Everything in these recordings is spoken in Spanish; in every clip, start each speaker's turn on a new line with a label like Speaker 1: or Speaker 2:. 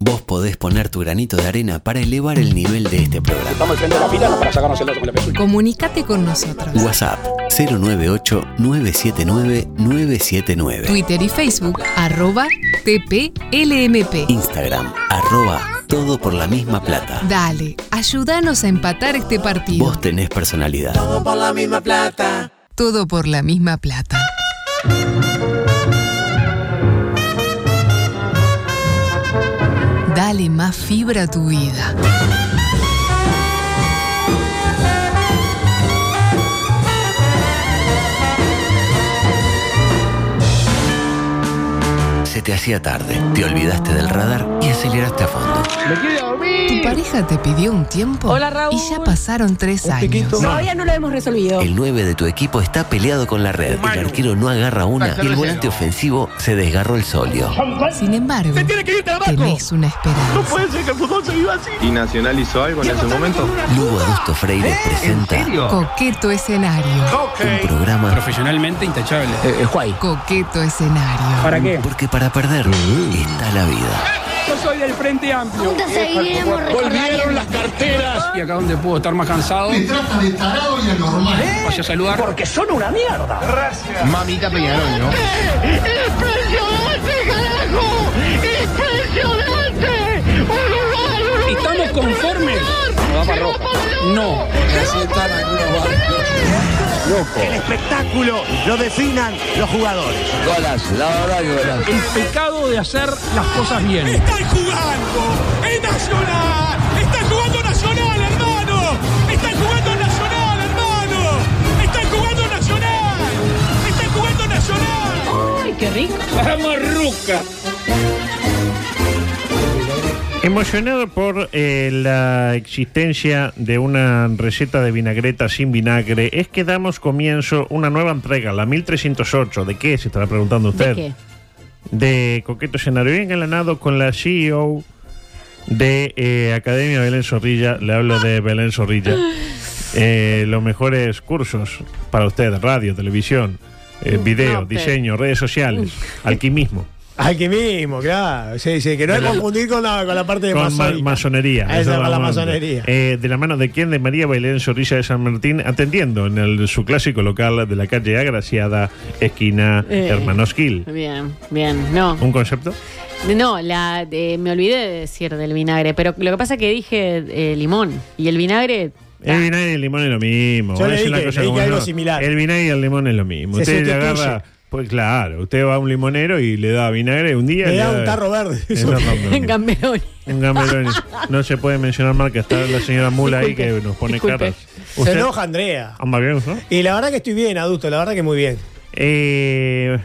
Speaker 1: Vos podés poner tu granito de arena para elevar el nivel de este programa.
Speaker 2: Estamos al frente de la pila para sacarnos el oso con la pezuña.
Speaker 3: Comunicate con nosotros.
Speaker 1: WhatsApp 098-979-979.
Speaker 3: Twitter y Facebook, arroba TPLMP.
Speaker 1: Instagram, arroba todo por la misma plata.
Speaker 3: Dale, ayúdanos a empatar este partido.
Speaker 1: Vos tenés personalidad.
Speaker 3: Todo por la misma plata. Dale más fibra a tu vida.
Speaker 1: Se te hacía tarde, te olvidaste del radar y aceleraste a fondo.
Speaker 3: Tu pareja te pidió un tiempo
Speaker 4: Hola, Raúl.
Speaker 3: y ya pasaron tres años.
Speaker 4: Todavía no lo hemos resolvido.
Speaker 1: El 9 de tu equipo está peleado con la red, el arquero no agarra una y el volante ofensivo se desgarró el solio.
Speaker 3: Sin embargo, tenés una esperanza.
Speaker 5: ¿Y Nacional hizo algo en ese momento?
Speaker 1: Lugo Adusto Freire presenta
Speaker 3: Coqueto escenario.
Speaker 1: un programa
Speaker 6: Profesionalmente intachable.
Speaker 3: Coqueto escenario.
Speaker 1: mm.
Speaker 2: ¿Para qué?
Speaker 1: porque para perder está la vida.
Speaker 2: Yo soy del Frente Amplio.
Speaker 7: Juntos seguiremos recordando.
Speaker 6: Y acá donde puedo estar más cansado, ¿Eh?
Speaker 8: trata de tarado y anormal.
Speaker 6: vaya a saludar.
Speaker 2: Porque son una mierda.
Speaker 5: Mamita Peñarol, ¿no?
Speaker 7: ¡Impresionante, carajo! ¡Impresionante!
Speaker 6: ¿Estamos conformes?
Speaker 7: No, para ropa.
Speaker 6: No.
Speaker 9: El espectáculo lo definan los jugadores.
Speaker 6: El pecado de hacer las cosas bien.
Speaker 10: ¡Están jugando! ¡Es Nacional! ¡Están jugando Nacional, hermano! ¡Están jugando Nacional, hermano! ¡Están jugando Nacional! ¡Están jugando Nacional!
Speaker 4: Ay, qué rico.
Speaker 6: ¡Vamos, Ruca!
Speaker 11: Emocionado por eh, la existencia de una receta de vinagreta sin vinagre, es que damos comienzo una nueva entrega, la 1308. ¿De qué se estará preguntando usted?
Speaker 4: qué?
Speaker 11: De Coqueto Escenario. Bien engalanado con la CEO de eh, Academia Belén Zorrilla. Le hablo de Belén Zorrilla. Eh, los mejores cursos para usted: radio, televisión, eh, video,
Speaker 4: no, pero-
Speaker 11: diseño, redes sociales, alquimismo.
Speaker 9: Aquí mismo, claro. Sí, sí, que no hay que confundir con la, con la parte de
Speaker 11: Con ma-
Speaker 9: masonería.
Speaker 11: masonería.
Speaker 9: Esa,
Speaker 11: Estaba
Speaker 9: con la
Speaker 11: hablando.
Speaker 9: masonería.
Speaker 11: Eh, de la mano de quién? De María Belén Zorrilla de San Martín, atendiendo en el- su clásico local de la calle Agraciada, esquina
Speaker 4: Eh.
Speaker 11: Hermanos Gil.
Speaker 4: Bien, bien. No,
Speaker 11: ¿Un concepto?
Speaker 9: Ah.
Speaker 4: no la, eh, me olvidé de decir del vinagre, pero lo que pasa es que dije eh, limón. Y el vinagre.
Speaker 11: El vinagre y el limón es lo mismo.
Speaker 9: Yo le
Speaker 11: Es una
Speaker 9: dije-
Speaker 11: cosa
Speaker 9: le dije
Speaker 11: como
Speaker 9: algo
Speaker 11: no.
Speaker 9: similar.
Speaker 11: El vinagre y el limón es lo mismo.
Speaker 9: Se
Speaker 11: usted le
Speaker 9: sustituye.
Speaker 11: agarra. Pues claro, usted va a un limonero y le da vinagre un día. y
Speaker 9: Le da un tarro verde.
Speaker 11: Es una ramblonía.
Speaker 4: En Gamberoni.
Speaker 11: Un gamberoni. No se puede mencionar marca. Está la señora Mula ahí que nos pone
Speaker 4: disculpe.
Speaker 11: caras.
Speaker 9: Se enoja Andrea.
Speaker 11: Anda bien, ¿no?
Speaker 9: Y la verdad que estoy bien, adulto, la verdad que muy bien.
Speaker 11: Eh,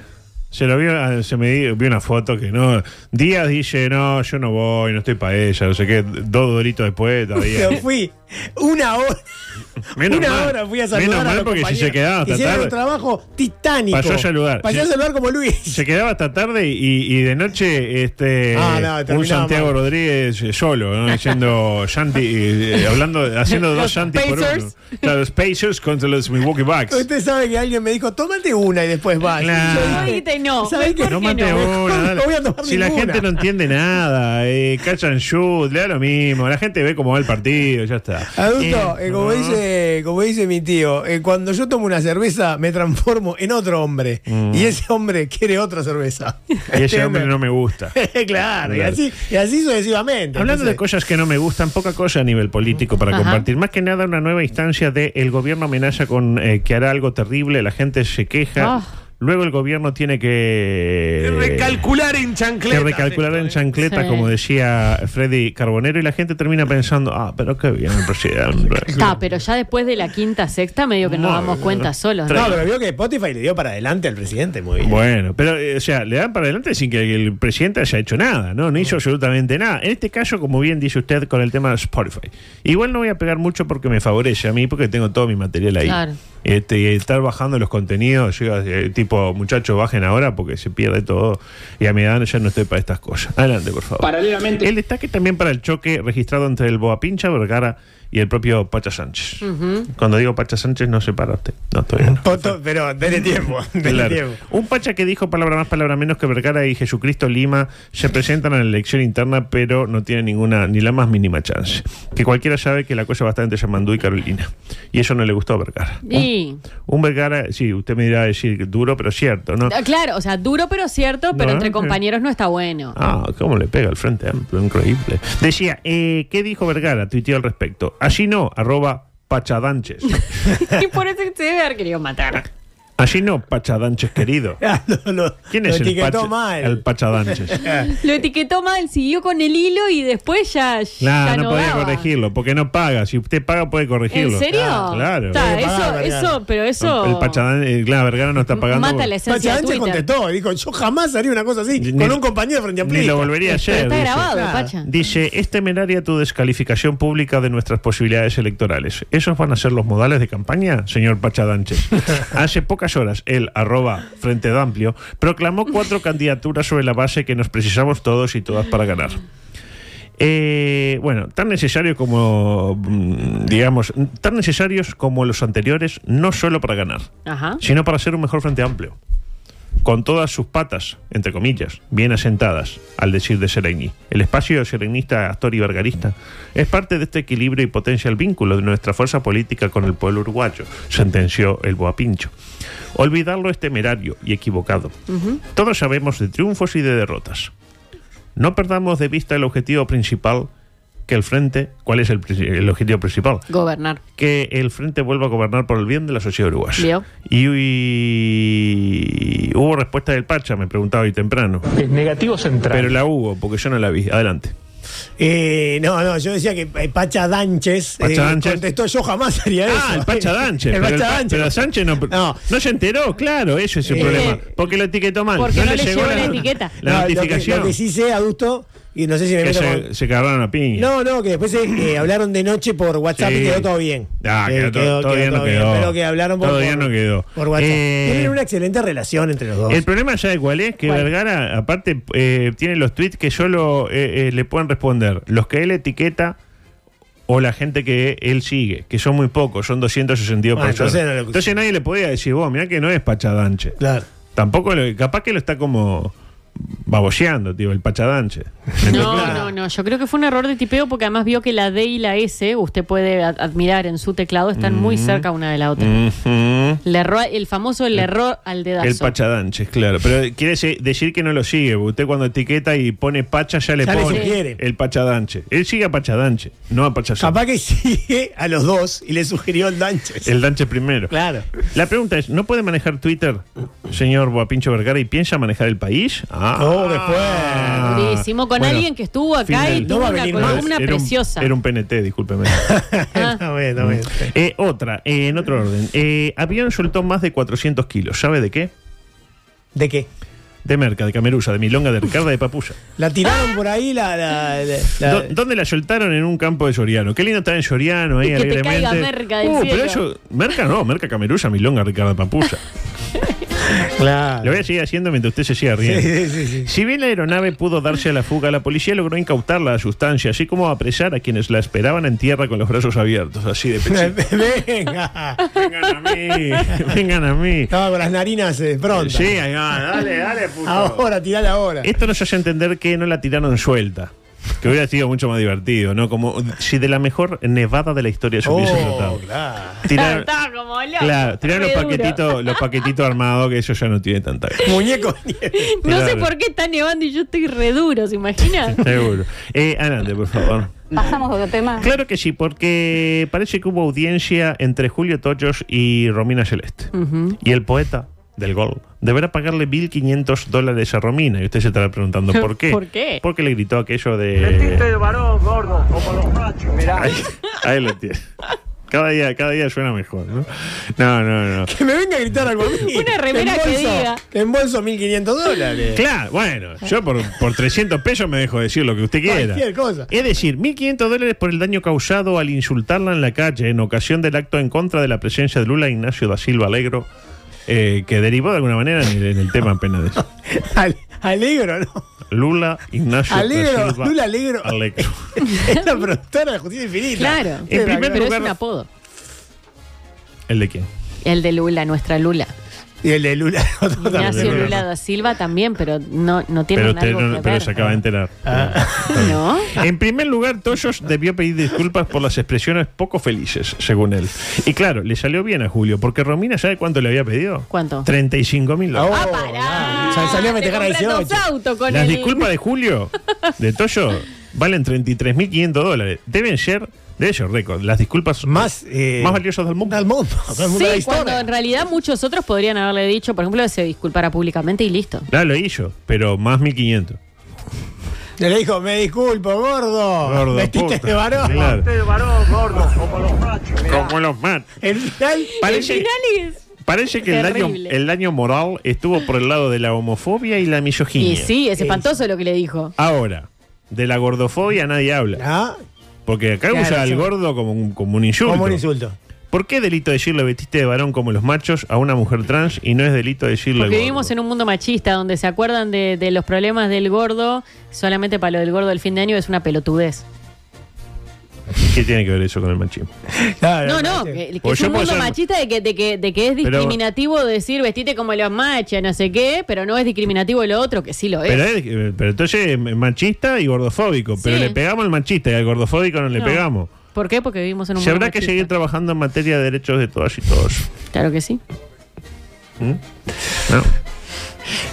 Speaker 11: se lo vio, se me di, vi una foto que no. Díaz dice, no, yo no voy, no estoy para ella, no sé qué. Dos doritos después todavía.
Speaker 9: Pero fui una hora,
Speaker 11: Menos
Speaker 9: una
Speaker 11: mal.
Speaker 9: hora fui a
Speaker 11: Menos
Speaker 9: saludar a
Speaker 11: mal,
Speaker 9: los
Speaker 11: porque si
Speaker 9: compañeros.
Speaker 11: se quedaba hasta
Speaker 9: Hicieron
Speaker 11: tarde.
Speaker 9: un trabajo titánico.
Speaker 11: Pasó a saludar.
Speaker 9: Pasó a
Speaker 11: Sí.
Speaker 9: saludar como Luis.
Speaker 11: Se quedaba hasta tarde y, y de noche este
Speaker 9: Ah, no,
Speaker 11: un
Speaker 9: terminaba
Speaker 11: Santiago
Speaker 9: mal.
Speaker 11: Rodríguez eh, solo, ¿no? diciendo Santi, eh, eh, hablando, haciendo dos
Speaker 4: Los
Speaker 11: Santi por uno.
Speaker 4: Pacers.
Speaker 11: Claro, los Pacers contra los Milwaukee Bucks.
Speaker 9: Usted sabe que alguien me dijo, tómate una y después vas.
Speaker 11: Claro.
Speaker 9: Y yo
Speaker 4: No, dijiste no.
Speaker 9: ¿Sabés qué?
Speaker 4: Mejor
Speaker 11: No
Speaker 4: que
Speaker 11: mate una, dale.
Speaker 9: No voy a tomar
Speaker 11: Si la
Speaker 9: ninguna.
Speaker 11: gente no entiende nada, eh, catch and shoot, le da lo mismo. La gente ve cómo va el partido, ya está.
Speaker 9: Adulto,
Speaker 11: Eh,
Speaker 9: eh, como,
Speaker 11: no.
Speaker 9: dice, como dice mi tío, eh, cuando yo tomo una cerveza me transformo en otro hombre. Y ese hombre quiere otra cerveza.
Speaker 11: Mm. Y ese hombre no me gusta.
Speaker 9: claro, y
Speaker 11: Claro.
Speaker 9: así, y así sucesivamente.
Speaker 11: Hablando de cosas que no me gustan, poca cosa a nivel político para
Speaker 4: Ajá.
Speaker 11: compartir. Más que nada una nueva instancia de el gobierno amenaza con eh, que hará algo terrible, la gente se queja.
Speaker 4: Ah.
Speaker 11: Luego el gobierno tiene
Speaker 6: Eh.
Speaker 11: que
Speaker 5: Recalcular en
Speaker 11: que
Speaker 5: chancleta.
Speaker 11: recalcular en chancleta,
Speaker 4: Sí.
Speaker 11: como decía Freddy Carbonero, y la gente termina pensando, ah, pero qué bien el presidente.
Speaker 4: Está, pero ya después de la quinta, sexta, medio que nos
Speaker 11: Muy
Speaker 4: damos
Speaker 11: bien.
Speaker 4: cuenta solos. ¿no?
Speaker 9: No, pero vio que Spotify le dio para adelante al presidente, muy bien.
Speaker 11: Bueno, pero, eh, o sea, le dan para adelante sin que el presidente haya hecho nada, ¿no? No hizo absolutamente nada. En este caso, como bien dice usted con el tema de Spotify, igual no voy a pegar mucho porque me favorece a mí, porque tengo todo mi material ahí.
Speaker 4: Claro.
Speaker 11: Este, y estar bajando los contenidos, yo, eh, tipo, muchachos, bajen ahora porque se pierde todo. Y a mi edad ya no estoy para estas cosas. Adelante, por favor.
Speaker 2: Paralelamente.
Speaker 11: El destaque también para el choque registrado entre el Boapincha Vergara y el propio Pacha Sánchez.
Speaker 4: Ujú.
Speaker 11: Cuando digo Pacha Sánchez, no se para usted. No, todavía no.
Speaker 9: Poto, pero dele tiempo, dele
Speaker 11: Claro.
Speaker 9: tiempo.
Speaker 11: Un pacha que dijo palabra más, palabra menos que Vergara y Jesucristo Lima se presentan a la elección interna, pero no tiene ninguna, ni la más mínima chance. Que cualquiera sabe que la cosa es bastante Yamandú y Carolina. Y eso no le gustó a Vergara.
Speaker 4: Y,
Speaker 11: Un Vergara, sí, usted me dirá decir duro, pero cierto, ¿no?
Speaker 4: Ah, claro, o sea, duro pero cierto, pero
Speaker 11: No,
Speaker 4: entre
Speaker 11: eh.
Speaker 4: compañeros no está bueno.
Speaker 11: Ah, cómo le pega al frente amplio, increíble. Decía, eh, ¿qué dijo Vergara? Tuiteó al respecto. Así no, arroba Pachadanches.
Speaker 4: y por eso se debe haber querido matar.
Speaker 11: Así no, Pachadanches querido.
Speaker 9: Ah, no, lo-
Speaker 11: ¿Quién
Speaker 9: lo
Speaker 11: es el,
Speaker 9: etiquetó
Speaker 11: Pacha-
Speaker 9: mal.
Speaker 11: el Pachadanches?
Speaker 4: Lo etiquetó mal, siguió con el hilo y después ya. ya
Speaker 11: Claro, no, podía
Speaker 4: daba.
Speaker 11: corregirlo, porque no paga. Si usted paga, puede corregirlo.
Speaker 4: ¿En serio?
Speaker 11: Ah, Claro.
Speaker 4: Está,
Speaker 9: Tiene que
Speaker 4: eso,
Speaker 9: pagar,
Speaker 4: eso, pero eso.
Speaker 11: El Pachadán, eh, claro, Vergara no está pagando.
Speaker 4: Mata la
Speaker 9: Pacha
Speaker 4: esencia de
Speaker 9: Sánchez
Speaker 4: Twitter.
Speaker 9: contestó, dijo, yo jamás haría una cosa así
Speaker 11: Ni-
Speaker 9: con un compañero frente a
Speaker 11: Ni lo volvería a
Speaker 4: Pero
Speaker 11: hacer.
Speaker 4: está
Speaker 11: dice.
Speaker 4: grabado,
Speaker 9: Claro.
Speaker 4: Pacha.
Speaker 11: Dice, es temeraria tu descalificación pública de nuestras posibilidades electorales. ¿Esos van a ser los modales de campaña, señor Pachadanches? Hace pocas horas, el arroba Frente de Amplio proclamó cuatro candidaturas sobre la base que nos precisamos todos y todas para ganar. Eh, bueno, tan necesario como, mm, digamos, tan necesarios como los anteriores, no solo para ganar,
Speaker 4: Ajá.
Speaker 11: sino para ser un mejor Frente Amplio. Con todas sus patas, entre comillas, bien asentadas, al decir de Sereni. El espacio serenista, actor y vergarista es parte de este equilibrio y potencia el vínculo de nuestra fuerza política con el pueblo uruguayo, sentenció el Boapincho. Olvidarlo es temerario y equivocado. Todos sabemos de triunfos y de derrotas. No perdamos de vista el objetivo principal que el frente. ¿Cuál es el, pri- el objetivo principal?
Speaker 4: Gobernar.
Speaker 11: que el frente vuelva a gobernar por el bien de la sociedad uruguaya.
Speaker 4: Bien.
Speaker 11: Y, y- hubo respuesta del Pacha, me preguntaba hoy temprano.
Speaker 6: Negativo central.
Speaker 11: Pero la hubo, porque yo no la vi. Adelante.
Speaker 9: Eh, no, no, yo decía que eh, Pacha Danches
Speaker 11: Pacha
Speaker 9: eh,
Speaker 11: Dánchez.
Speaker 9: contestó, yo jamás haría eso. eh.
Speaker 11: Ah, el Pacha Danche.
Speaker 9: El
Speaker 11: pero, el
Speaker 9: Pacha
Speaker 11: Pa-
Speaker 9: Danches.
Speaker 11: pero Sánchez no,
Speaker 9: No.
Speaker 11: no. se enteró, claro, eso es el
Speaker 9: Eh,
Speaker 11: problema. Porque lo etiquetó mal.
Speaker 4: porque no le llegó la etiqueta.
Speaker 11: La
Speaker 9: No, lo que-
Speaker 11: notificación.
Speaker 9: Lo que, sí sé, adusto, y no sé si me
Speaker 11: que
Speaker 9: meto
Speaker 11: se,
Speaker 9: con-
Speaker 11: se cagaron a piña.
Speaker 9: No, no, que después eh, eh, hablaron de noche por WhatsApp
Speaker 11: Sí.
Speaker 9: y quedó todo bien.
Speaker 11: Ah,
Speaker 9: Eh,
Speaker 11: quedó to- todavía no
Speaker 9: bien,
Speaker 11: quedó.
Speaker 9: Pero que hablaron por,
Speaker 11: Todavía
Speaker 9: por-
Speaker 11: no quedó.
Speaker 9: por WhatsApp.
Speaker 11: Eh,
Speaker 9: Tienen una excelente relación entre los dos.
Speaker 11: El problema ya de cuál es que
Speaker 4: ¿Cuál?
Speaker 11: Vergara, aparte, eh, tiene los tweets que solo eh, eh, le pueden responder los que él etiqueta o la gente que él sigue, que son muy pocos, son 262
Speaker 9: Ah,
Speaker 11: personas.
Speaker 9: entonces no lo-
Speaker 11: Entonces, nadie le podía decir, vos, mirá que no es Pachadanche.
Speaker 9: Claro.
Speaker 11: Tampoco, lo- capaz que lo está como baboseando, tío, el Pachadanche.
Speaker 4: No, no, no. Yo creo que fue un error de tipeo porque además vio que la D y la S, usted puede ad- admirar en su teclado, están muy
Speaker 11: Mm.
Speaker 4: cerca una de la otra.
Speaker 11: Ujú.
Speaker 4: Le erró- el famoso el error al dedazo.
Speaker 11: El Pachadanches, claro. Pero quiere se- decir que no lo sigue. porque Usted cuando etiqueta y pone Pacha ya le
Speaker 9: Ya le
Speaker 11: pone
Speaker 9: sugiere.
Speaker 11: el Pachadanche. Él sigue a Pachadanche, no a Pachasanche.
Speaker 9: Capaz que sigue a los dos y le sugirió el Danches.
Speaker 11: El Danche primero.
Speaker 9: Claro.
Speaker 11: La pregunta es, ¿no puede manejar Twitter, señor Guapincho Vergara, y piensa manejar el país? Ah,
Speaker 9: Oh, después.
Speaker 4: Durísimo, con
Speaker 11: Bueno,
Speaker 4: alguien que estuvo
Speaker 11: fin
Speaker 4: acá
Speaker 11: del-
Speaker 4: y tuvo
Speaker 9: No va a
Speaker 4: una
Speaker 9: venir más.
Speaker 4: columna
Speaker 11: era un-
Speaker 4: preciosa.
Speaker 11: era un PNT, discúlpeme. Ah.
Speaker 9: Está bien, está bien.
Speaker 11: Eh, otra, eh, en otro orden. Eh, avión soltó más de 400 kilos. ¿Sabe de qué?
Speaker 9: ¿De qué?
Speaker 11: De merca, de camerusa, de milonga, de ricarda, de papuya.
Speaker 9: La
Speaker 4: Ah.
Speaker 9: tiraron por ahí, la. la, la- la-
Speaker 11: Do- ¿Dónde la soltaron? En un campo de Soriano. Qué lindo estar en Soriano ahí
Speaker 4: Y que te
Speaker 11: alegremente.
Speaker 4: caiga merca del
Speaker 11: Uh, pero
Speaker 4: cielo.
Speaker 11: eso, merca no, merca camerusa, milonga, ricarda, papuya.
Speaker 9: Claro.
Speaker 11: Lo voy a seguir haciendo mientras usted se siga riendo.
Speaker 9: Sí, sí, sí.
Speaker 11: Si bien la aeronave pudo darse a la fuga, la policía logró incautar la sustancia, así como apresar a quienes la esperaban en tierra con los brazos abiertos, así de pechito.
Speaker 9: Venga.
Speaker 11: vengan a mí, vengan a mí.
Speaker 9: Estaba con las narinas eh, prontas.
Speaker 11: Sí, ahí va, dale, dale, puto.
Speaker 9: Ahora, tirala ahora.
Speaker 11: Esto nos hace entender que no la tiraron suelta. Que hubiera sido mucho más divertido, ¿no? Como si de la mejor nevada de la historia se hubiese tratado.
Speaker 9: Oh, claro.
Speaker 11: Tiraron-
Speaker 4: Estaba como loco,
Speaker 11: claro, tiraron los
Speaker 4: re duro.
Speaker 11: paquetitos, los paquetitos armados, que eso ya no tiene tanta gracia.
Speaker 9: Muñeco de nieve.
Speaker 4: No sé
Speaker 11: Claro.
Speaker 4: por qué está nevando y yo estoy re duro, ¿se imagina?
Speaker 11: Seguro. Eh, adelante, por favor.
Speaker 7: Pasamos a otro tema.
Speaker 11: Claro que sí, porque parece que hubo audiencia entre Julio Tochos y Romina Celeste. Y el poeta del gol deberá pagarle 1.500 dólares a Romina. Y usted se estará preguntando por qué.
Speaker 4: ¿Por qué?
Speaker 11: Porque le gritó aquello de...
Speaker 6: varón, gordo, como los machos. Mirá.
Speaker 11: Ahí, ahí lo tiene. Cada día, cada día suena mejor, ¿no? No, no, no.
Speaker 9: Que me venga a gritar algo a mí.
Speaker 4: Una remera
Speaker 9: En
Speaker 4: que
Speaker 9: bolso-
Speaker 4: diga.
Speaker 9: En bolso 1500 dólares.
Speaker 11: Claro, bueno, yo por, por 300 pesos me dejo decir lo que usted quiera.
Speaker 9: Cualquier cosa.
Speaker 11: Es decir, 1.500 dólares por el daño causado al insultarla en la calle en ocasión del acto en contra de la presencia de Lula Ignacio da Silva Alegro, eh, que derivó de alguna manera en el, en el tema penal.
Speaker 9: Al, Alegro, ¿no?
Speaker 11: Lula Ignacio da
Speaker 9: Alegro,
Speaker 11: Silva
Speaker 9: Lula Alegro.
Speaker 11: Alegro.
Speaker 9: Es la productora de Justicia Infinita.
Speaker 4: Claro.
Speaker 11: En primer
Speaker 4: Pero
Speaker 11: lugar-
Speaker 4: es un apodo.
Speaker 11: ¿El de quién?
Speaker 4: El de Lula, nuestra Lula.
Speaker 9: Y el de Lula. otro
Speaker 4: Ignacio
Speaker 9: también.
Speaker 4: Lula da Silva también, pero no, no tiene
Speaker 11: Pero,
Speaker 4: nada
Speaker 11: usted
Speaker 4: que
Speaker 11: no-
Speaker 4: ver.
Speaker 11: pero se acaba de enterar.
Speaker 9: Ah.
Speaker 4: ¿No?
Speaker 11: En primer lugar, Toyos debió pedir disculpas por las expresiones poco felices, según él. Y claro, le salió bien a Julio, porque Romina, ¿sabe cuánto le había pedido?
Speaker 4: ¿Cuánto?
Speaker 11: 35 mil
Speaker 9: Oh,
Speaker 11: dólares.
Speaker 4: Ah, pará.
Speaker 9: Sal- salió a festejar a
Speaker 4: Te compras
Speaker 9: 18.
Speaker 4: dos autos con
Speaker 11: Las
Speaker 4: el-
Speaker 11: disculpas de Julio, de Toyo, valen 33.500 dólares. Deben ser, de ellos, récord. Las disculpas
Speaker 9: Más, eh,
Speaker 11: más valiosas del mundo.
Speaker 9: Al mundo. al mundo de la
Speaker 4: Sí,
Speaker 9: historia.
Speaker 4: cuando en realidad muchos otros podrían haberle dicho, por ejemplo, que se disculpara públicamente y listo.
Speaker 11: Claro, lo hizo, pero más 1.500.
Speaker 9: Le dijo, me disculpo, Ah, gordo.
Speaker 11: Gordo,
Speaker 9: Vestiste
Speaker 11: puta.
Speaker 9: de varón.
Speaker 11: Claro.
Speaker 10: Mirá.
Speaker 11: Como los más.
Speaker 9: El final.
Speaker 11: Parece,
Speaker 4: Finales.
Speaker 11: parece que el daño,
Speaker 4: Terrible.
Speaker 11: el daño moral estuvo por el lado de la homofobia y la misoginia.
Speaker 4: Y sí, es espantoso lo que le dijo.
Speaker 11: Ahora, de la gordofobia nadie habla.
Speaker 9: Ah,
Speaker 11: Porque acá
Speaker 9: Claro,
Speaker 11: usa al
Speaker 9: sí.
Speaker 11: gordo como un, como un insulto.
Speaker 9: como un insulto.
Speaker 11: ¿Por qué es delito decirle vestiste de varón como los machos a una mujer trans y no es delito decirle
Speaker 4: Porque
Speaker 11: gordo?
Speaker 4: vivimos en un mundo machista donde se acuerdan de, de los problemas del gordo solamente para lo del gordo del fin de año es una pelotudez.
Speaker 11: ¿Qué tiene que ver eso con el machismo?
Speaker 9: Claro,
Speaker 4: No, no,
Speaker 9: sí.
Speaker 4: que, que
Speaker 11: O
Speaker 4: es
Speaker 11: yo
Speaker 4: un
Speaker 11: puedo
Speaker 4: mundo
Speaker 11: ser-
Speaker 4: machista de que, de, que, de que es
Speaker 11: Pero-
Speaker 4: discriminativo decir vestite como los machos, no sé qué, pero no es discriminativo lo otro, que sí lo es.
Speaker 11: Pero, es- eh, pero entonces es machista y gordofóbico. Pero
Speaker 4: Sí.
Speaker 11: le pegamos al machista y al gordofóbico no le
Speaker 4: No.
Speaker 11: pegamos.
Speaker 4: ¿Por qué? Porque vivimos en un
Speaker 11: Se
Speaker 4: mundo
Speaker 11: habrá que
Speaker 4: machista.
Speaker 11: seguir trabajando en materia de derechos de todas y todos.
Speaker 4: Claro que sí.
Speaker 11: ¿no?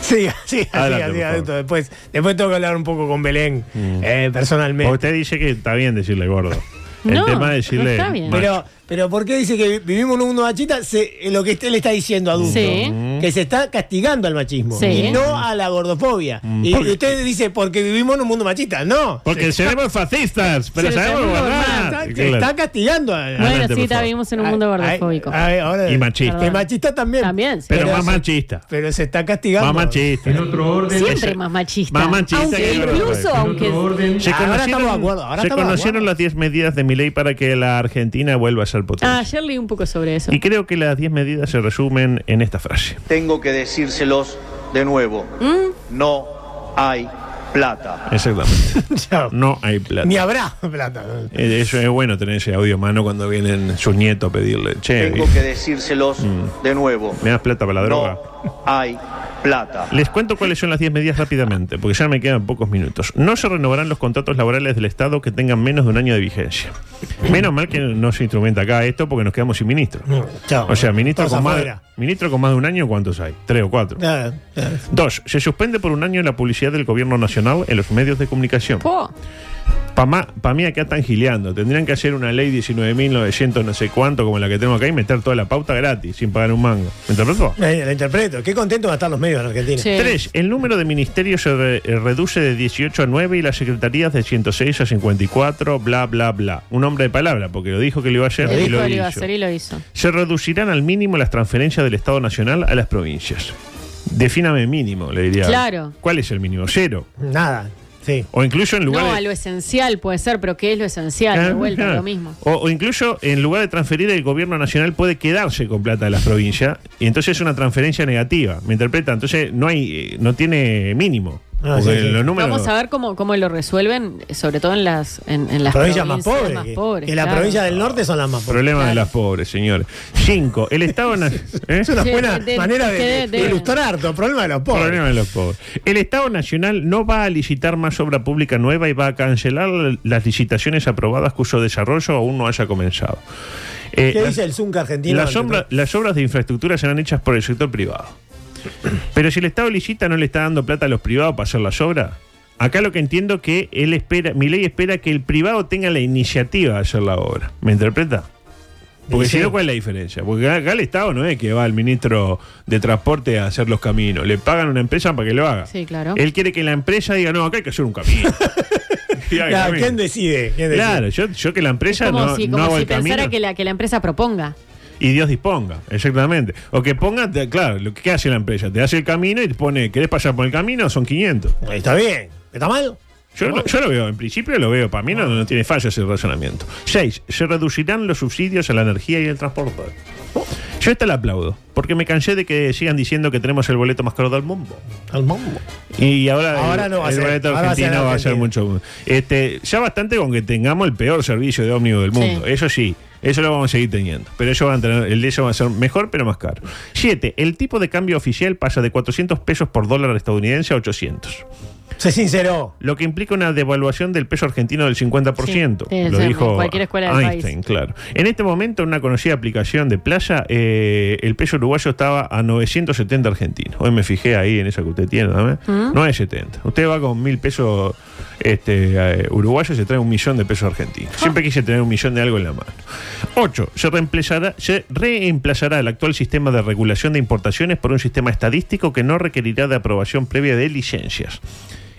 Speaker 9: Siga, siga,
Speaker 11: Adelante, por
Speaker 9: siga, siga,
Speaker 11: favor. Mm.
Speaker 9: adulto. Después, después tengo que hablar un poco con Belén, eh,
Speaker 11: O
Speaker 9: personalmente.
Speaker 11: usted dice que está bien decirle gordo. El
Speaker 4: No,
Speaker 11: tema es
Speaker 4: no
Speaker 11: decirle.
Speaker 4: está bien.
Speaker 11: macho.
Speaker 9: Pero, pero ¿por qué dice que vi- vivimos en un mundo machista? Se- eh, lo que usted le está diciendo, adulto.
Speaker 4: Sí.
Speaker 11: Mm.
Speaker 9: Que se está castigando al machismo.
Speaker 4: Sí.
Speaker 9: Y no a la gordofobia. Y,
Speaker 11: Mm. Porque-
Speaker 9: y usted dice, porque vivimos en un mundo machista. No.
Speaker 11: Porque seremos fascistas, pero
Speaker 4: Se lo
Speaker 11: sabemos
Speaker 4: sabemos
Speaker 9: Está,
Speaker 11: gobernar.
Speaker 9: se está castigando a, a-
Speaker 11: Adelante,
Speaker 4: Bueno, sí,
Speaker 11: por
Speaker 4: está,
Speaker 11: favor.
Speaker 4: vivimos en un mundo
Speaker 9: a-
Speaker 4: gordofóbico.
Speaker 9: a- a- ahora-
Speaker 11: Y machista.
Speaker 9: Y machista también.
Speaker 4: También, sí.
Speaker 11: Pero más
Speaker 9: se-
Speaker 11: machista.
Speaker 9: Pero se está castigando.
Speaker 11: Más machista.
Speaker 4: Siempre más machista.
Speaker 11: Más machista que
Speaker 4: aunque
Speaker 11: el
Speaker 4: incluso,
Speaker 11: gordofóbico.
Speaker 4: aunque...
Speaker 11: Se
Speaker 9: Ahora
Speaker 11: conocieron,
Speaker 9: estamos de acuerdo, ahora
Speaker 11: se
Speaker 9: estamos de
Speaker 11: conocieron
Speaker 9: acuerdo.
Speaker 11: las 10 medidas de mi ley para que la Argentina vuelva a ser
Speaker 4: Ah,
Speaker 11: potencia.
Speaker 4: ayer leí un poco sobre eso.
Speaker 11: y creo que las 10 medidas se resumen en esta frase.
Speaker 12: Tengo que decírselos de nuevo. No hay plata.
Speaker 11: Exactamente.
Speaker 9: Chao.
Speaker 11: No hay plata.
Speaker 9: Ni habrá plata.
Speaker 11: Eh, Eso es bueno tener ese audio a mano cuando vienen sus nietos a pedirle, che,
Speaker 12: Tengo que decírselos de nuevo.
Speaker 11: Mm. ¿me das plata para la droga?
Speaker 12: No hay plata.
Speaker 11: Les cuento cuáles son las 10 medidas rápidamente, porque ya me quedan pocos minutos. No se renovarán los contratos laborales del Estado que tengan menos de un año de vigencia. Menos mal que no se instrumenta acá esto porque nos quedamos sin ministro.
Speaker 9: Chao.
Speaker 11: O sea, ministro
Speaker 9: Todos
Speaker 11: con, más,
Speaker 9: afuera.
Speaker 11: ministro con más de un año, ¿cuántos hay? Tres o cuatro.
Speaker 9: Ah, ah.
Speaker 11: Dos, se suspende por un año la publicidad del gobierno nacional en los medios de comunicación.
Speaker 4: Po.
Speaker 11: Para mí acá están gileando. Tendrían que hacer una ley 19.900 no sé cuánto como la que tenemos acá y meter toda la pauta gratis sin pagar un mango. ¿Me interpretó?
Speaker 9: Eh, Lo interpreto. Qué contento van a estar los medios en Argentina.
Speaker 4: Sí.
Speaker 11: Tres, el número de ministerios se re- eh, reduce de 18 a 9 y las secretarías de 106 a 54, bla, bla, bla. Un hombre de palabra, porque lo dijo que lo iba a hacer
Speaker 4: Lo
Speaker 11: y
Speaker 4: dijo,
Speaker 11: lo
Speaker 4: lo iba
Speaker 11: hizo.
Speaker 4: a hacer y lo hizo.
Speaker 11: Se reducirán al mínimo las transferencias del Estado Nacional a las provincias. Defíname mínimo, le diría.
Speaker 4: Claro.
Speaker 11: ¿Cuál es el mínimo? Cero.
Speaker 9: Nada. Sí.
Speaker 11: O incluso en lugar
Speaker 4: No,
Speaker 11: de...
Speaker 4: a lo esencial puede ser, pero ¿qué es lo esencial? De
Speaker 11: Claro,
Speaker 4: vuelta,
Speaker 11: claro.
Speaker 4: lo mismo.
Speaker 11: O, o incluso en lugar de transferir el gobierno nacional puede quedarse con plata de las provincias y entonces es una transferencia negativa, me interpreta, entonces no hay eh, no tiene mínimo.
Speaker 9: Ah,
Speaker 11: Porque
Speaker 9: sí, sí.
Speaker 11: los números-
Speaker 4: Vamos a ver cómo, cómo lo resuelven, sobre todo en las, en, en las
Speaker 9: provincias más pobres. que- que las
Speaker 4: claro.
Speaker 9: provincias del norte son las más pobres.
Speaker 11: Problema de las pobres, señores. Cinco, el Estado ¿Eh? Nacional.
Speaker 9: Es una
Speaker 4: Sí,
Speaker 9: buena
Speaker 4: de- de-
Speaker 9: manera de,
Speaker 4: que de- de-
Speaker 9: ilustrar todo el problema de los pobres.
Speaker 11: Problema de los pobres. El Estado Nacional no va a licitar más obra pública nueva y va a cancelar las licitaciones aprobadas cuyo desarrollo aún no haya comenzado. Eh,
Speaker 9: ¿Qué
Speaker 11: las-
Speaker 9: dice el Zunca argentino?
Speaker 11: Las, obra- las obras de infraestructura serán hechas por el sector privado. Pero si el Estado licita no le está dando plata a los privados para hacer las obras, acá lo que entiendo que él espera, mi ley espera que el privado tenga la iniciativa de hacer la obra. ¿Me interpreta? Porque
Speaker 9: Y
Speaker 11: si
Speaker 9: sí.
Speaker 11: no, ¿cuál es la diferencia? Porque acá el Estado no es que va al ministro de Transporte a hacer los caminos. Le pagan a una empresa para que lo haga.
Speaker 4: Sí, claro.
Speaker 11: Él quiere que la empresa diga, no, acá hay que hacer un camino. Y haga el
Speaker 9: Claro,
Speaker 11: camino.
Speaker 9: ¿Quién decide? ¿Quién decide?
Speaker 11: Claro, yo, yo que la
Speaker 4: Es
Speaker 11: empresa
Speaker 4: como
Speaker 11: no,
Speaker 4: si,
Speaker 11: no
Speaker 4: como
Speaker 11: hago
Speaker 4: si
Speaker 11: el camino.
Speaker 4: pensara que la, que la empresa proponga.
Speaker 11: Y Dios disponga, exactamente. O que ponga, te- claro, lo que ¿qué hace la empresa, te hace el camino y te pone, ¿querés pasar por el camino? Son 500.
Speaker 9: Está bien. ¿Está mal?
Speaker 11: Yo, lo- yo lo veo, en principio lo veo, para mí no, no tiene fallas el razonamiento. Seis, se reducirán los subsidios a la energía y el transporte. Yo esta la aplaudo, porque me cansé de que sigan diciendo que tenemos el boleto más caro del mundo.
Speaker 9: Al mambo.
Speaker 11: Y ahora,
Speaker 9: Ahora
Speaker 11: el,
Speaker 9: no va a
Speaker 11: el
Speaker 9: ser,
Speaker 11: boleto
Speaker 9: ahora va a ser
Speaker 11: argentino va a ser
Speaker 9: Argentina.
Speaker 11: mucho. Este, ya bastante con que tengamos el peor servicio de ómnibus del mundo.
Speaker 4: Sí.
Speaker 11: Eso sí, eso lo vamos a seguir teniendo. Pero ellos van a tener, el de ellos va a ser mejor, pero más caro. 7. El tipo de cambio oficial pasa de 400 pesos por dólar estadounidense a 800.
Speaker 9: Se sinceró.
Speaker 11: Lo que implica una devaluación del peso argentino del 50%.
Speaker 4: Sí, sí,
Speaker 11: lo
Speaker 4: sí, en
Speaker 11: dijo
Speaker 4: cualquier escuela del
Speaker 11: Einstein, claro. En este momento, en una conocida aplicación de playa, eh, el peso uruguayo estaba a 970 argentinos. Hoy me fijé ahí en esa que usted tiene, dame.
Speaker 4: ¿Mm?
Speaker 11: 970. Usted va con mil pesos este, eh, uruguayos y se trae un millón de pesos argentinos. Siempre quise tener un millón de algo en la mano. 8. Se reemplazará, se reemplazará el actual sistema de regulación de importaciones por un sistema estadístico que no requerirá de aprobación previa de licencias.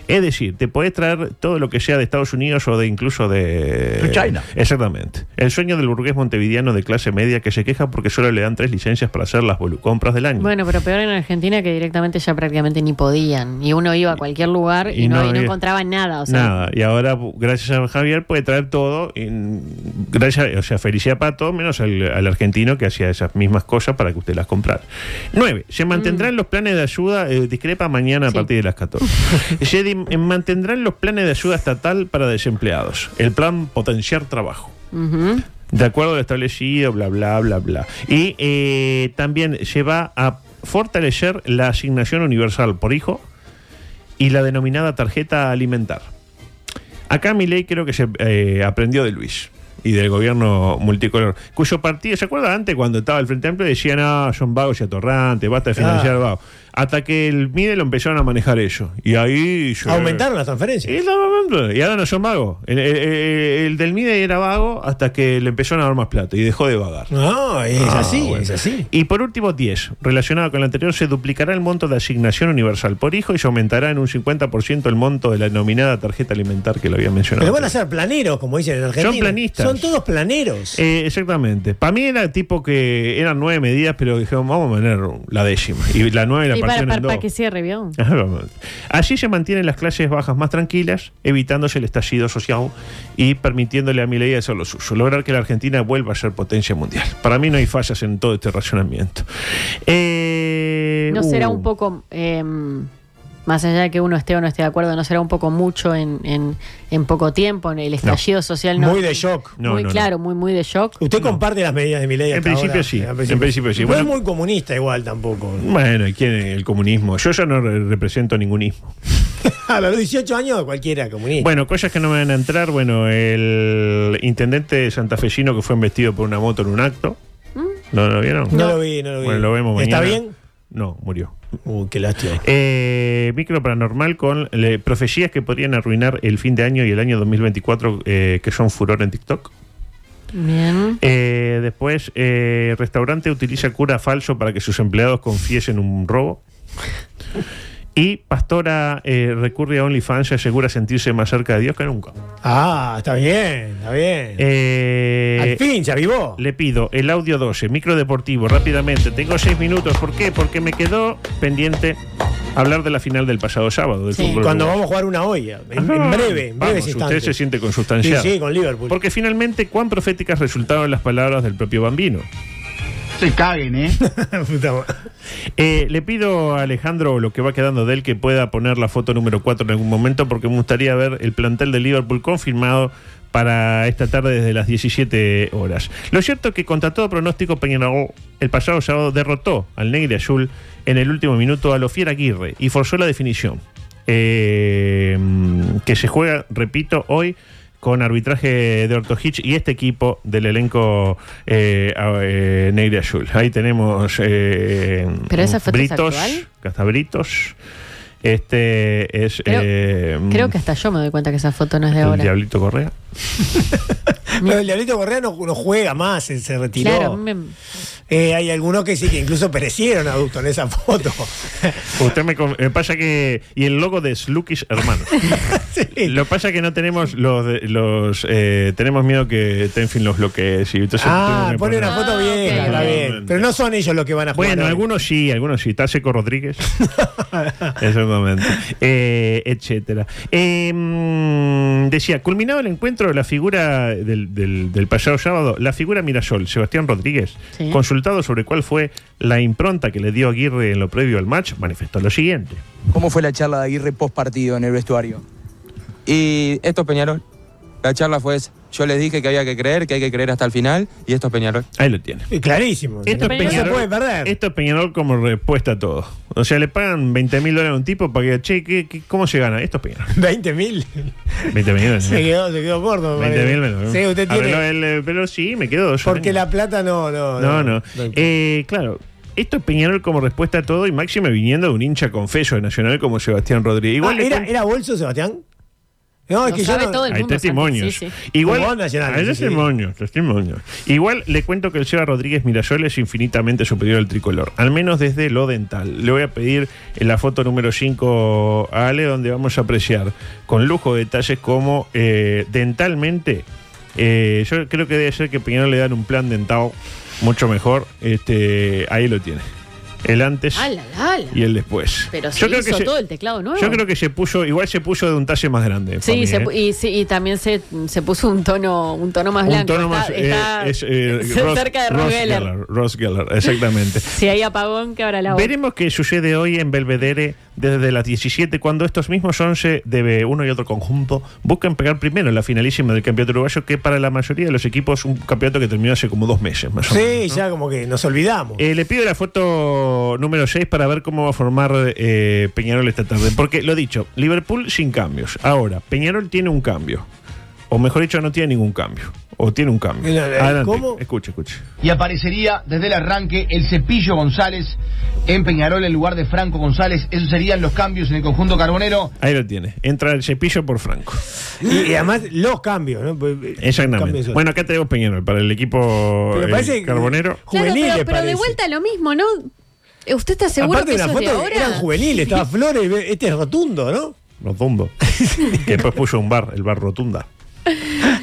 Speaker 11: Es decir, te podés traer todo lo que sea de Estados Unidos o de incluso de...
Speaker 6: De China.
Speaker 11: Exactamente. El sueño del burgués montevideano de clase media que se queja porque solo le dan tres licencias para hacer las bolu- compras del año.
Speaker 4: Bueno, pero peor en Argentina que directamente ya prácticamente ni podían. Y uno iba a cualquier lugar y,
Speaker 11: Y
Speaker 4: no,
Speaker 11: no
Speaker 4: y no
Speaker 11: había-
Speaker 4: encontraba nada. O sea,
Speaker 11: Nada, y ahora gracias a Javier puede traer todo, y, mm, gracias, o sea, felicidad para todos, menos al, al argentino que hacía esas mismas cosas para que usted las comprara. 9. Se
Speaker 4: Mm.
Speaker 11: mantendrán los planes de ayuda, eh, discrepa mañana a partir de las 14. se di- eh, mantendrán los planes de ayuda estatal para desempleados, el plan potenciar trabajo.
Speaker 4: ujú.
Speaker 11: De acuerdo a lo establecido, bla, bla, bla, bla. Y eh, también se va a fortalecer la asignación universal por hijo y la denominada tarjeta alimentar. Acá mi ley creo que se eh, aprendió de Luis y del gobierno multicolor, cuyo partido, ¿se acuerda antes cuando estaba el Frente Amplio? Decían, ah, son vagos y atorrantes, basta de financiar
Speaker 9: Ah.
Speaker 11: vagos. Hasta que el MIDE lo empezaron a manejar ellos. Y ahí... yo-
Speaker 9: Aumentaron las transferencias.
Speaker 11: y, la- y ahora no son vagos. El, el- el- el del MIDE era vago hasta que le empezaron a dar más plata y dejó de vagar.
Speaker 9: No, es
Speaker 11: Ah,
Speaker 9: así,
Speaker 11: bueno.
Speaker 9: es así.
Speaker 11: Y por último, 10. Relacionado con el anterior, se duplicará el monto de asignación universal por hijo y se aumentará en un 50% el monto de la denominada tarjeta alimentar que lo había mencionado.
Speaker 9: Pero van a
Speaker 11: antes.
Speaker 9: ser planeros, como dicen en Argentina.
Speaker 11: planistas.
Speaker 9: Son todos planeros.
Speaker 11: Eh, exactamente. Para mí era tipo que eran nueve medidas, pero dijeron, vamos a poner la décima. Y la nueve la
Speaker 4: y para,
Speaker 11: partieron
Speaker 4: para-
Speaker 11: en
Speaker 4: para
Speaker 11: dos.
Speaker 4: que cierre, ¿vio?
Speaker 11: Así se mantienen las clases bajas más tranquilas, evitándose el estallido social y permitiéndole a mi ley hacer lo suyo, lograr que la Argentina vuelva a ser potencia mundial. Para mí no hay fallas en todo este razonamiento. Eh,
Speaker 4: ¿No será
Speaker 11: uh,
Speaker 4: un poco, eh, más allá de que uno esté o no esté de acuerdo, no será un poco mucho en, en, en poco tiempo? En el estallido social no.
Speaker 9: Muy de shock.
Speaker 11: No,
Speaker 4: muy
Speaker 11: no, no.
Speaker 4: claro, muy, muy de shock.
Speaker 9: Usted comparte las medidas de mi ley.
Speaker 11: En principio sí, en principio sí.
Speaker 9: No
Speaker 11: Bueno.
Speaker 9: es muy comunista igual tampoco.
Speaker 11: Bueno, ¿y quién es el comunismo? Yo ya no re- represento ningún ismo.
Speaker 9: A los 18 años cualquiera comunista.
Speaker 11: Bueno, cosas que no me van a entrar. Bueno, el intendente santafesino que fue embestido por una moto en un acto.
Speaker 4: ¿Mm?
Speaker 11: ¿No lo vieron?
Speaker 9: no, lo vi, no lo vi.
Speaker 11: Bueno, lo vemos mañana.
Speaker 9: ¿Está bien?
Speaker 11: No, murió.
Speaker 9: Uh, qué lástima.
Speaker 11: Eh, micro paranormal con le- profecías que podrían arruinar el fin de año y el año 2024 eh, que son furor en TikTok.
Speaker 4: Bien.
Speaker 11: Eh, después, eh, restaurante utiliza cura falso para que sus empleados confiesen un robo. Y Pastora eh, recurre a OnlyFans y asegura sentirse más cerca de Dios que nunca.
Speaker 9: Ah, está bien, está bien.
Speaker 11: Eh,
Speaker 9: Al fin, se avivó.
Speaker 11: le pido el audio 12, micro deportivo, rápidamente. Tengo 6 minutos. ¿Por qué? Porque me quedó pendiente hablar de la final del pasado sábado del
Speaker 4: Sí.
Speaker 11: fútbol
Speaker 9: Cuando
Speaker 11: uruguayo.
Speaker 9: vamos a jugar una olla. En, en
Speaker 11: Ajá.
Speaker 9: breve,
Speaker 11: Ah,
Speaker 9: en breves
Speaker 11: Vamos, usted
Speaker 9: instantes.
Speaker 11: se siente
Speaker 9: Sí,
Speaker 11: consustanciado.
Speaker 9: sí, con Liverpool.
Speaker 11: Porque finalmente, ¿cuán proféticas resultaron las palabras del propio Bambino?
Speaker 5: Se caguen, ¿eh?
Speaker 9: Puta madre.
Speaker 11: Eh, le pido a Alejandro, lo que va quedando de él, que pueda poner la foto número 4 en algún momento, porque me gustaría ver el plantel de Liverpool confirmado para esta tarde desde las 17 horas. Lo cierto es que contra todo pronóstico, Peñarol el pasado sábado derrotó al Negre Azul en el último minuto a Lofier Aguirre y forzó la definición, eh, que se juega, repito, hoy con arbitraje de Orto Hitch y este equipo del elenco eh, a- eh, Negre Azul. Ahí tenemos eh,
Speaker 4: ¿Pero esa foto es
Speaker 11: Britos,
Speaker 4: actual?
Speaker 11: Castabritos. Este es
Speaker 4: Creo-
Speaker 11: eh,
Speaker 4: Creo que hasta yo me doy cuenta que esa foto no es de
Speaker 11: el
Speaker 4: ahora.
Speaker 11: Diablito Correa.
Speaker 9: Pero el Diablito Correa no, no juega más, se se retiró.
Speaker 4: Claro, me-
Speaker 9: Eh, hay algunos que sí que incluso perecieron adultos en esa foto.
Speaker 11: Usted me, con- me pasa que y el logo de Slukish hermano.
Speaker 9: Sí.
Speaker 11: Lo pasa que no tenemos los de- los eh, tenemos miedo que Tenfin los bloquees y entonces
Speaker 9: Ah,
Speaker 11: tengo que
Speaker 9: pone
Speaker 11: poner-
Speaker 9: una foto
Speaker 4: Ah,
Speaker 9: vieja,
Speaker 11: ok,
Speaker 9: está
Speaker 11: ok.
Speaker 9: bien. Pero no son ellos los que van a jugar.
Speaker 11: Bueno,
Speaker 9: hoy.
Speaker 11: algunos sí, algunos sí. Está Seco Rodríguez. Exactamente. Eh, etcétera. Eh, mm, decía, culminado el encuentro, la figura del, del- del pasado sábado, la figura Mirasol, Sebastián Rodríguez,
Speaker 4: Sí.
Speaker 11: con su consultado sobre cuál fue la impronta que le dio Aguirre en lo previo al match, manifestó lo siguiente.
Speaker 13: ¿Cómo fue la charla de Aguirre post partido en el vestuario? Y esto es Peñarol. La charla fue esa. Yo les dije que había que creer, que hay que creer hasta el final, y esto es Peñarol.
Speaker 11: Ahí lo tiene.
Speaker 9: Y clarísimo.
Speaker 11: Esto es
Speaker 9: No se
Speaker 11: Peñarol,
Speaker 9: puede perder.
Speaker 11: esto es Peñarol como respuesta a todo. O sea, le pagan 20 mil dólares a un tipo para que, che, ¿qué- qué- cómo se gana? Esto es Peñarol.
Speaker 9: 20 mil.
Speaker 11: 20 millones.
Speaker 9: Se quedó, se quedó gordo.
Speaker 11: 20 mil menos.
Speaker 9: Sí, usted tiene.
Speaker 11: Arregló el, eh, pero sí, me quedo. dos
Speaker 9: Porque
Speaker 11: años.
Speaker 9: la plata no, no.
Speaker 11: No, no. Eh, claro. Esto es Peñarol como respuesta a todo y máxima viniendo de un hincha confeso de Nacional como Sebastián Rodríguez. Igual
Speaker 9: Ah,
Speaker 11: le
Speaker 9: era,
Speaker 11: pon-
Speaker 9: ¿Era bolso, Sebastián? No, es
Speaker 4: Lo
Speaker 9: que
Speaker 4: sabe
Speaker 9: yo. no-
Speaker 4: todo el
Speaker 11: Hay
Speaker 4: mundo,
Speaker 11: testimonios.
Speaker 4: Santi, sí, sí.
Speaker 11: Igual,
Speaker 9: Como Nacional,
Speaker 11: hay
Speaker 9: sí, sí.
Speaker 11: testimonios, testimonios. Igual le cuento que el Seba Rodríguez Mirasol es infinitamente superior al tricolor, al menos desde lo dental. Le voy a pedir eh, la foto número 5 a Ale, donde vamos a apreciar con lujo detalles como eh, dentalmente. eh, yo creo que debe ser que Peñarol le dan un plan dentado mucho mejor. Este, ahí lo tiene. El antes
Speaker 4: Ala, ala, ala.
Speaker 11: y el después.
Speaker 4: Pero se hizo
Speaker 11: se-
Speaker 4: todo el teclado nuevo.
Speaker 11: yo creo que se puso, igual se puso de un talle más grande.
Speaker 4: Sí,
Speaker 11: pa' mí,
Speaker 4: se
Speaker 11: ¿eh?
Speaker 4: pu- y, sí, y también se, se puso un tono, un tono más
Speaker 11: Un
Speaker 4: blanco.
Speaker 11: tono
Speaker 4: Está-
Speaker 11: más, eh,
Speaker 4: está
Speaker 11: es, eh, Ross-
Speaker 4: cerca de Ross
Speaker 11: Ross
Speaker 4: Geller.
Speaker 11: Geller, Ross Geller, exactamente.
Speaker 4: Si hay apagón, que habrá la otra.
Speaker 11: Veremos qué sucede hoy en Belvedere desde las 17, cuando estos mismos 11 de uno y otro conjunto buscan pegar primero la finalísima del campeonato uruguayo, que para la mayoría de los equipos un campeonato que terminó hace como dos meses. Más o menos.
Speaker 9: Sí, ya como que nos olvidamos.
Speaker 11: Eh, le pido la foto número 6 para ver cómo va a formar eh, Peñarol esta tarde. Porque lo dicho, Liverpool sin cambios. Ahora, Peñarol tiene un cambio. O mejor dicho, no tiene ningún cambio. O tiene un cambio.
Speaker 5: Eh, eh,
Speaker 11: Adelante.
Speaker 5: ¿cómo?
Speaker 11: Escuche, escuche.
Speaker 5: Y aparecería desde el arranque el Cepillo González en Peñarol en lugar de Franco González. Esos serían los cambios en el conjunto carbonero.
Speaker 11: Ahí lo tiene. Entra el cepillo por Franco.
Speaker 9: Y, y además los cambios, ¿no? Pues, eh, cambios
Speaker 11: Exactamente.
Speaker 9: son-
Speaker 11: Bueno, acá tenemos Peñarol para el equipo
Speaker 9: Pero
Speaker 11: eh,
Speaker 9: parece que-
Speaker 11: carbonero.
Speaker 4: Claro,
Speaker 9: juveniles,
Speaker 4: pero, pero de
Speaker 9: parece.
Speaker 4: vuelta lo mismo, ¿no? Eh, ¿Usted está seguro
Speaker 9: Aparte
Speaker 4: que
Speaker 9: de la
Speaker 4: eso es de
Speaker 9: foto
Speaker 4: ahora?
Speaker 9: eran juveniles, estaba Flores, ve- este es rotundo, ¿no?
Speaker 11: Rotundo. que después puso un bar, el bar Rotunda.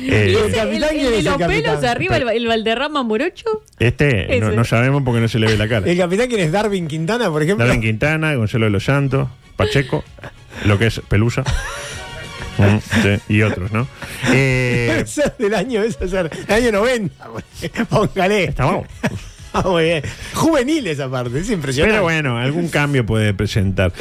Speaker 11: Eh,
Speaker 4: ¿Y ese, el,
Speaker 9: capitán
Speaker 4: el
Speaker 9: quién
Speaker 4: de
Speaker 9: es el
Speaker 4: los
Speaker 9: capitán?
Speaker 4: pelos arriba, el, el Valderrama Morocho?
Speaker 11: este no,
Speaker 4: Ese.
Speaker 11: no sabemos porque no se le ve la cara.
Speaker 9: El capitán que es Darwin Quintana, por ejemplo.
Speaker 11: Darwin Quintana, Gonzalo de los Santos, Pacheco, lo que es Pelusa. Mm, sí, y otros, ¿no? Eh,
Speaker 9: Eso es del año, eso es del año 90. güey. Póngale.
Speaker 11: está bueno.
Speaker 9: Ah, muy bien. Juvenil esa parte, es impresionante.
Speaker 11: Pero bueno, algún cambio puede presentar.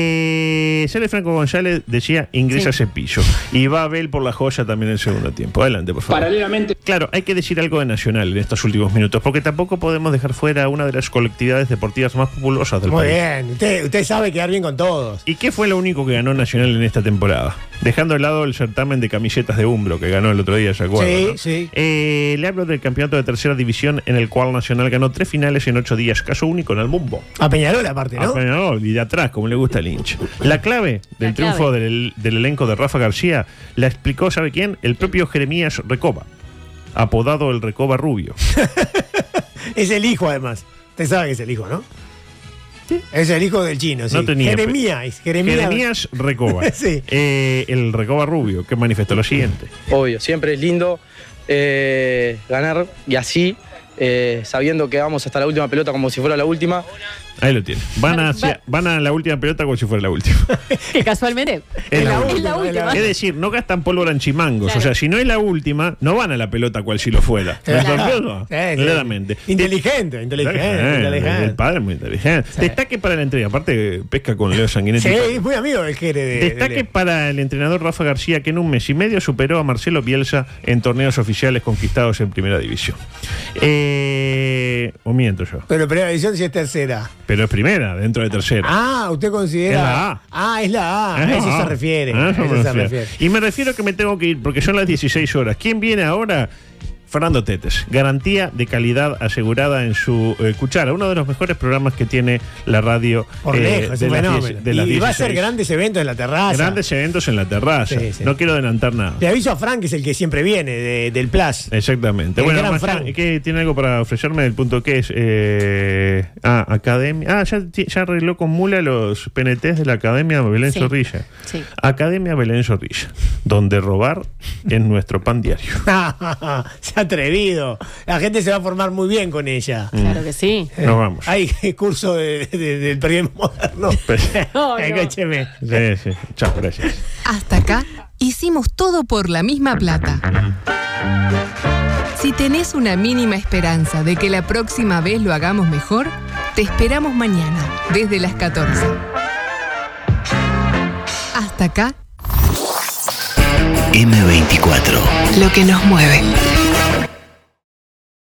Speaker 11: Eh, Sale Franco González, decía, ingresa Cepillo. Y va a Abel por la joya también en el segundo tiempo. Adelante, por favor.
Speaker 2: Paralelamente.
Speaker 11: Claro, hay que decir algo de Nacional en estos últimos minutos, porque tampoco podemos dejar fuera a una de las colectividades deportivas más populosas del
Speaker 9: Muy
Speaker 11: país.
Speaker 9: bien, usted, usted sabe quedar bien con todos.
Speaker 11: ¿Y qué fue lo único que ganó Nacional en esta temporada? Dejando de lado el certamen de camisetas de Umbro que ganó el otro día, ¿se acuerdan?
Speaker 9: Sí,
Speaker 11: no?
Speaker 9: sí.
Speaker 11: Eh, le hablo del campeonato de tercera división en el cual Nacional ganó tres finales en ocho días, caso único en el mundo.
Speaker 9: A Peñarol aparte,
Speaker 11: A
Speaker 9: ¿no?
Speaker 11: Peñarol y de atrás, como le gusta al hincha. La clave del
Speaker 4: La clave.
Speaker 11: triunfo del, del elenco de Rafa García la explicó, ¿sabe quién? El propio Jeremías Recoba, apodado el Recoba Rubio.
Speaker 9: Es el hijo, además. Usted sabe que es el hijo, ¿no? Es el hijo del chino, sí.
Speaker 11: No tenía, pe-
Speaker 9: Jeremías, Jeremías.
Speaker 11: Jeremías Recoba.
Speaker 9: Sí.
Speaker 11: Eh, el Recoba Rubio, que manifestó lo siguiente.
Speaker 14: Obvio, siempre es lindo eh, ganar y así, eh, sabiendo que vamos hasta la última pelota como si fuera la última.
Speaker 11: Ahí lo tiene. Van, hacia- van a la última pelota como si fuera la última.
Speaker 4: Que casualmente
Speaker 11: Es la
Speaker 4: es la última.
Speaker 11: Es decir, no gastan pólvora en chimangos.
Speaker 4: Claro.
Speaker 11: O sea, si no es la última, no van a la pelota cual si lo fuera. ¿Me
Speaker 9: Claro.
Speaker 11: comprendo?
Speaker 9: Sí, sí.
Speaker 11: Claramente. Eh,
Speaker 9: Inteligente, inteligente,
Speaker 11: El
Speaker 9: inteligente.
Speaker 11: padre es muy inteligente. Destaque para la entrega. Aparte, pesca con Leo Sanguinetti.
Speaker 9: Sí, es muy amigo del Jere de- de
Speaker 11: Destaque
Speaker 9: Leo.
Speaker 11: para el entrenador Rafa García, que en un mes y medio superó a Marcelo Bielsa en torneos oficiales conquistados en primera división. Eh, o miento yo.
Speaker 9: Pero primera división sí es tercera.
Speaker 11: Pero es primera, dentro de tercera.
Speaker 9: Ah, usted considera.
Speaker 11: Es la A.
Speaker 9: Ah, es la A.
Speaker 11: Ah,
Speaker 9: a eso
Speaker 11: ah,
Speaker 9: se refiere.
Speaker 11: a
Speaker 9: A
Speaker 11: eso
Speaker 9: eso,
Speaker 11: me
Speaker 9: se
Speaker 11: refiero.
Speaker 9: refiere.
Speaker 11: Y me refiero que me tengo que ir porque son las 16 horas. ¿Quién viene ahora? Fernando Tetes, garantía de calidad asegurada en su eh, cuchara, uno de los mejores programas que tiene la radio
Speaker 9: Por
Speaker 11: eh,
Speaker 9: lejos, es
Speaker 11: de
Speaker 9: un
Speaker 11: las
Speaker 9: fenómeno.
Speaker 11: 10 de las
Speaker 9: y va a
Speaker 11: 16.
Speaker 9: ser grandes eventos en la terraza.
Speaker 11: Grandes eventos en la terraza.
Speaker 9: Sí, sí.
Speaker 11: No quiero adelantar nada.
Speaker 9: Le aviso a Frank, que es el que siempre viene de- del Plus.
Speaker 11: Exactamente.
Speaker 9: El
Speaker 11: bueno,
Speaker 9: gran
Speaker 11: mañana-
Speaker 9: Frank.
Speaker 11: ¿qué tiene algo para ofrecerme del punto que es? Eh, ah, academia. Ah, ya, ti- ya arregló con mula los PNTs de la Academia Belén
Speaker 4: Sí.
Speaker 11: Zorrilla.
Speaker 4: Sí.
Speaker 11: Academia Belén Zorrilla, donde robar es nuestro pan diario.
Speaker 9: se ha atrevido. La gente se va a formar muy bien con ella.
Speaker 11: Mm.
Speaker 4: Claro que sí.
Speaker 11: Nos vamos.
Speaker 9: Hay curso de- de- del periodismo moderno.
Speaker 11: Pues,
Speaker 4: No, no.
Speaker 9: Escúcheme.
Speaker 11: Sí, sí. Chao, gracias.
Speaker 3: Hasta acá hicimos todo por la misma plata. Si tenés una mínima esperanza de que la próxima vez lo hagamos mejor, te esperamos mañana, desde las 14. Hasta acá,
Speaker 1: M24.
Speaker 3: lo que nos mueve.